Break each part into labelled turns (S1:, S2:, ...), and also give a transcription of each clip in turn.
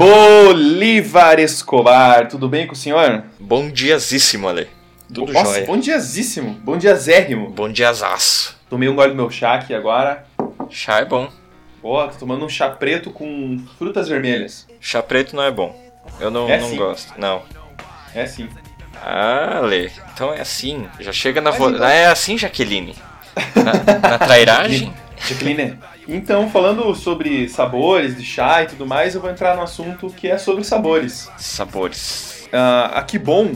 S1: Bolívar Escobar, tudo bem com o senhor?
S2: Bom diazíssimo, Ale. Tudo
S1: Nossa,
S2: jóia.
S1: bom diazíssimo, bom diazérrimo.
S2: Bom diazaço.
S1: Tomei um gole do meu chá aqui agora.
S2: Chá é bom.
S1: Ó, tô tomando um chá preto com frutas vermelhas.
S2: Chá preto não é bom. Eu não,
S1: É
S2: não
S1: sim.
S2: gosto. Não.
S1: É sim.
S2: Ah, Ale. Então é assim. Já chega na...
S1: Mas
S2: Vo...
S1: então-
S2: É assim, Jaqueline. Na, na trairagem?
S1: Jacqueline. Então, falando sobre sabores de chá e tudo mais, eu vou entrar no assunto que é sobre sabores.
S2: Sabores.
S1: Ah, a Que Bom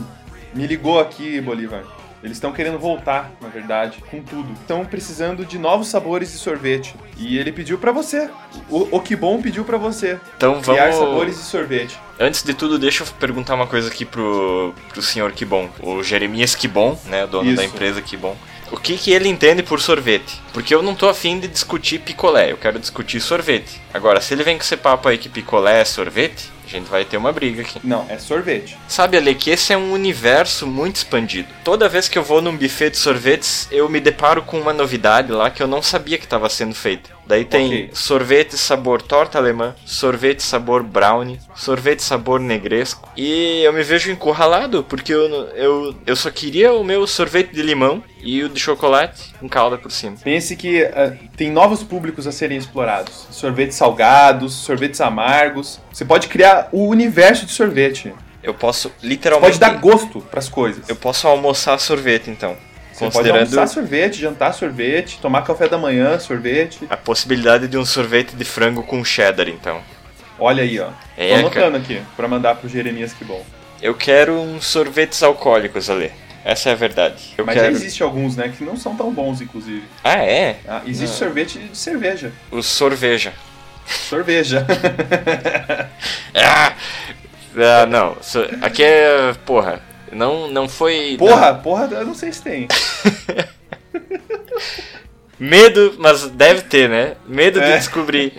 S1: me ligou aqui, Bolívar. Eles estão querendo voltar, na verdade, com tudo. Estão precisando de novos sabores de sorvete. E ele pediu pra você. O, o Que Bom pediu pra você
S2: Então
S1: criar
S2: vamos...
S1: sabores de sorvete.
S2: Antes de tudo, deixa eu perguntar uma coisa aqui pro, pro senhor Kibon. O Jeremias Kibon, né? O dono da
S1: Isso.
S2: empresa Kibon. O que, que ele entende por sorvete? Porque eu não tô afim de discutir picolé, eu quero discutir sorvete. Agora, se ele vem com esse papo aí que picolé é sorvete, a gente vai ter uma briga aqui.
S1: Não, é sorvete.
S2: Sabe, Ale, que esse é um universo muito expandido. Toda vez que eu vou num buffet de sorvetes, eu me deparo com uma novidade lá que eu não sabia que estava sendo feita. Daí tem
S1: Ok.
S2: sorvete sabor torta alemã, sorvete sabor brownie, sorvete sabor negresco. E eu me vejo encurralado, porque eu, não- eu, eu só queria o meu sorvete de limão e o de chocolate com calda por cima.
S1: Pense que ah, tem novos públicos a serem explorados. Sorvetes salgados, sorvetes amargos. Você pode criar o universo de sorvete.
S2: Eu posso literalmente...
S1: Pode dar gosto pras coisas.
S2: Eu posso almoçar sorvete, então.
S1: Você pode almoçar sorvete, jantar sorvete, tomar café da manhã sorvete.
S2: a possibilidade de um sorvete de frango com cheddar, então.
S1: Olha aí, ó.
S2: É,
S1: Tô
S2: cara.
S1: anotando aqui pra mandar pro Jeremias que bom.
S2: Eu quero uns sorvetes alcoólicos, Ale. Essa é a verdade. Eu
S1: Mas já
S2: quero.
S1: existe alguns, né, que não são tão bons, inclusive.
S2: Ah, é?
S1: Ah, existe
S2: Ah.
S1: sorvete de cerveja.
S2: O sorveja.
S1: Sorveja.
S2: Ah! Ah, não. So- Aqui é. Porra. Não, não foi.
S1: porra, porra, eu não sei se tem.
S2: não. Medo, mas deve ter, né? Medo de
S1: É.
S2: descobrir.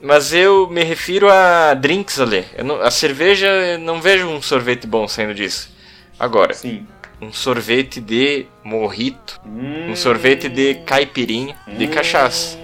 S2: Mas eu me refiro a drinks, Ale. Eu não- a cerveja, eu não vejo um sorvete bom saindo disso. Agora,
S1: Sim.
S2: um sorvete de morrito,
S1: Hum.
S2: um sorvete de caipirinha, de
S1: Hum.
S2: cachaça,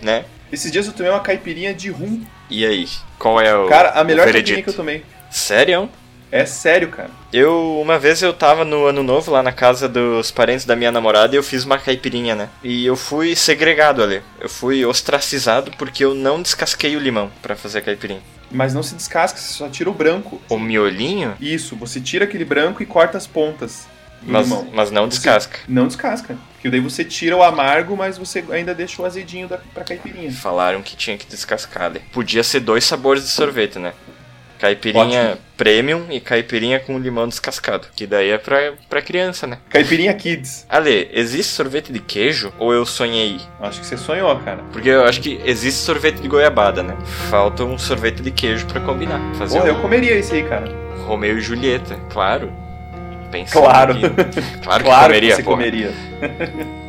S2: né?
S1: Esses dias eu tomei uma caipirinha de rum.
S2: E aí, qual é o
S1: Cara, a
S2: o
S1: melhor caipirinha
S2: veredito?
S1: que eu tomei.
S2: Sério?
S1: É sério, cara.
S2: Eu, uma vez eu tava no ano novo lá na casa dos parentes da minha namorada e eu fiz uma caipirinha, né? E eu fui segregado ali. Eu fui ostracizado porque eu não descasquei o limão pra fazer a caipirinha.
S1: Mas não se descasca, você só tira o branco.
S2: O miolinho,
S1: Isso, você tira aquele branco e corta as pontas do
S2: mas,
S1: limão.
S2: mas não descasca.
S1: Não descasca. Porque daí você tira o amargo, mas você ainda deixa o azedinho da, pra caipirinha.
S2: Falaram que tinha que descascar ali. Podia ser dois sabores de sorvete, né? Caipirinha premium e caipirinha com limão descascado. Que daí é pra, pra criança, né?
S1: Caipirinha Kids.
S2: Ale, existe sorvete de queijo ou eu sonhei?
S1: Acho que você sonhou, cara.
S2: Porque eu acho que existe sorvete de goiabada, né? Falta um sorvete de queijo pra combinar. Fazer
S1: Porra,
S2: um
S1: eu comeria esse aí, cara.
S2: Romeu e Julieta, claro. Pensando
S1: Claro.
S2: aqui. Claro que
S1: Claro
S2: comeria,
S1: que você
S2: porra.
S1: comeria.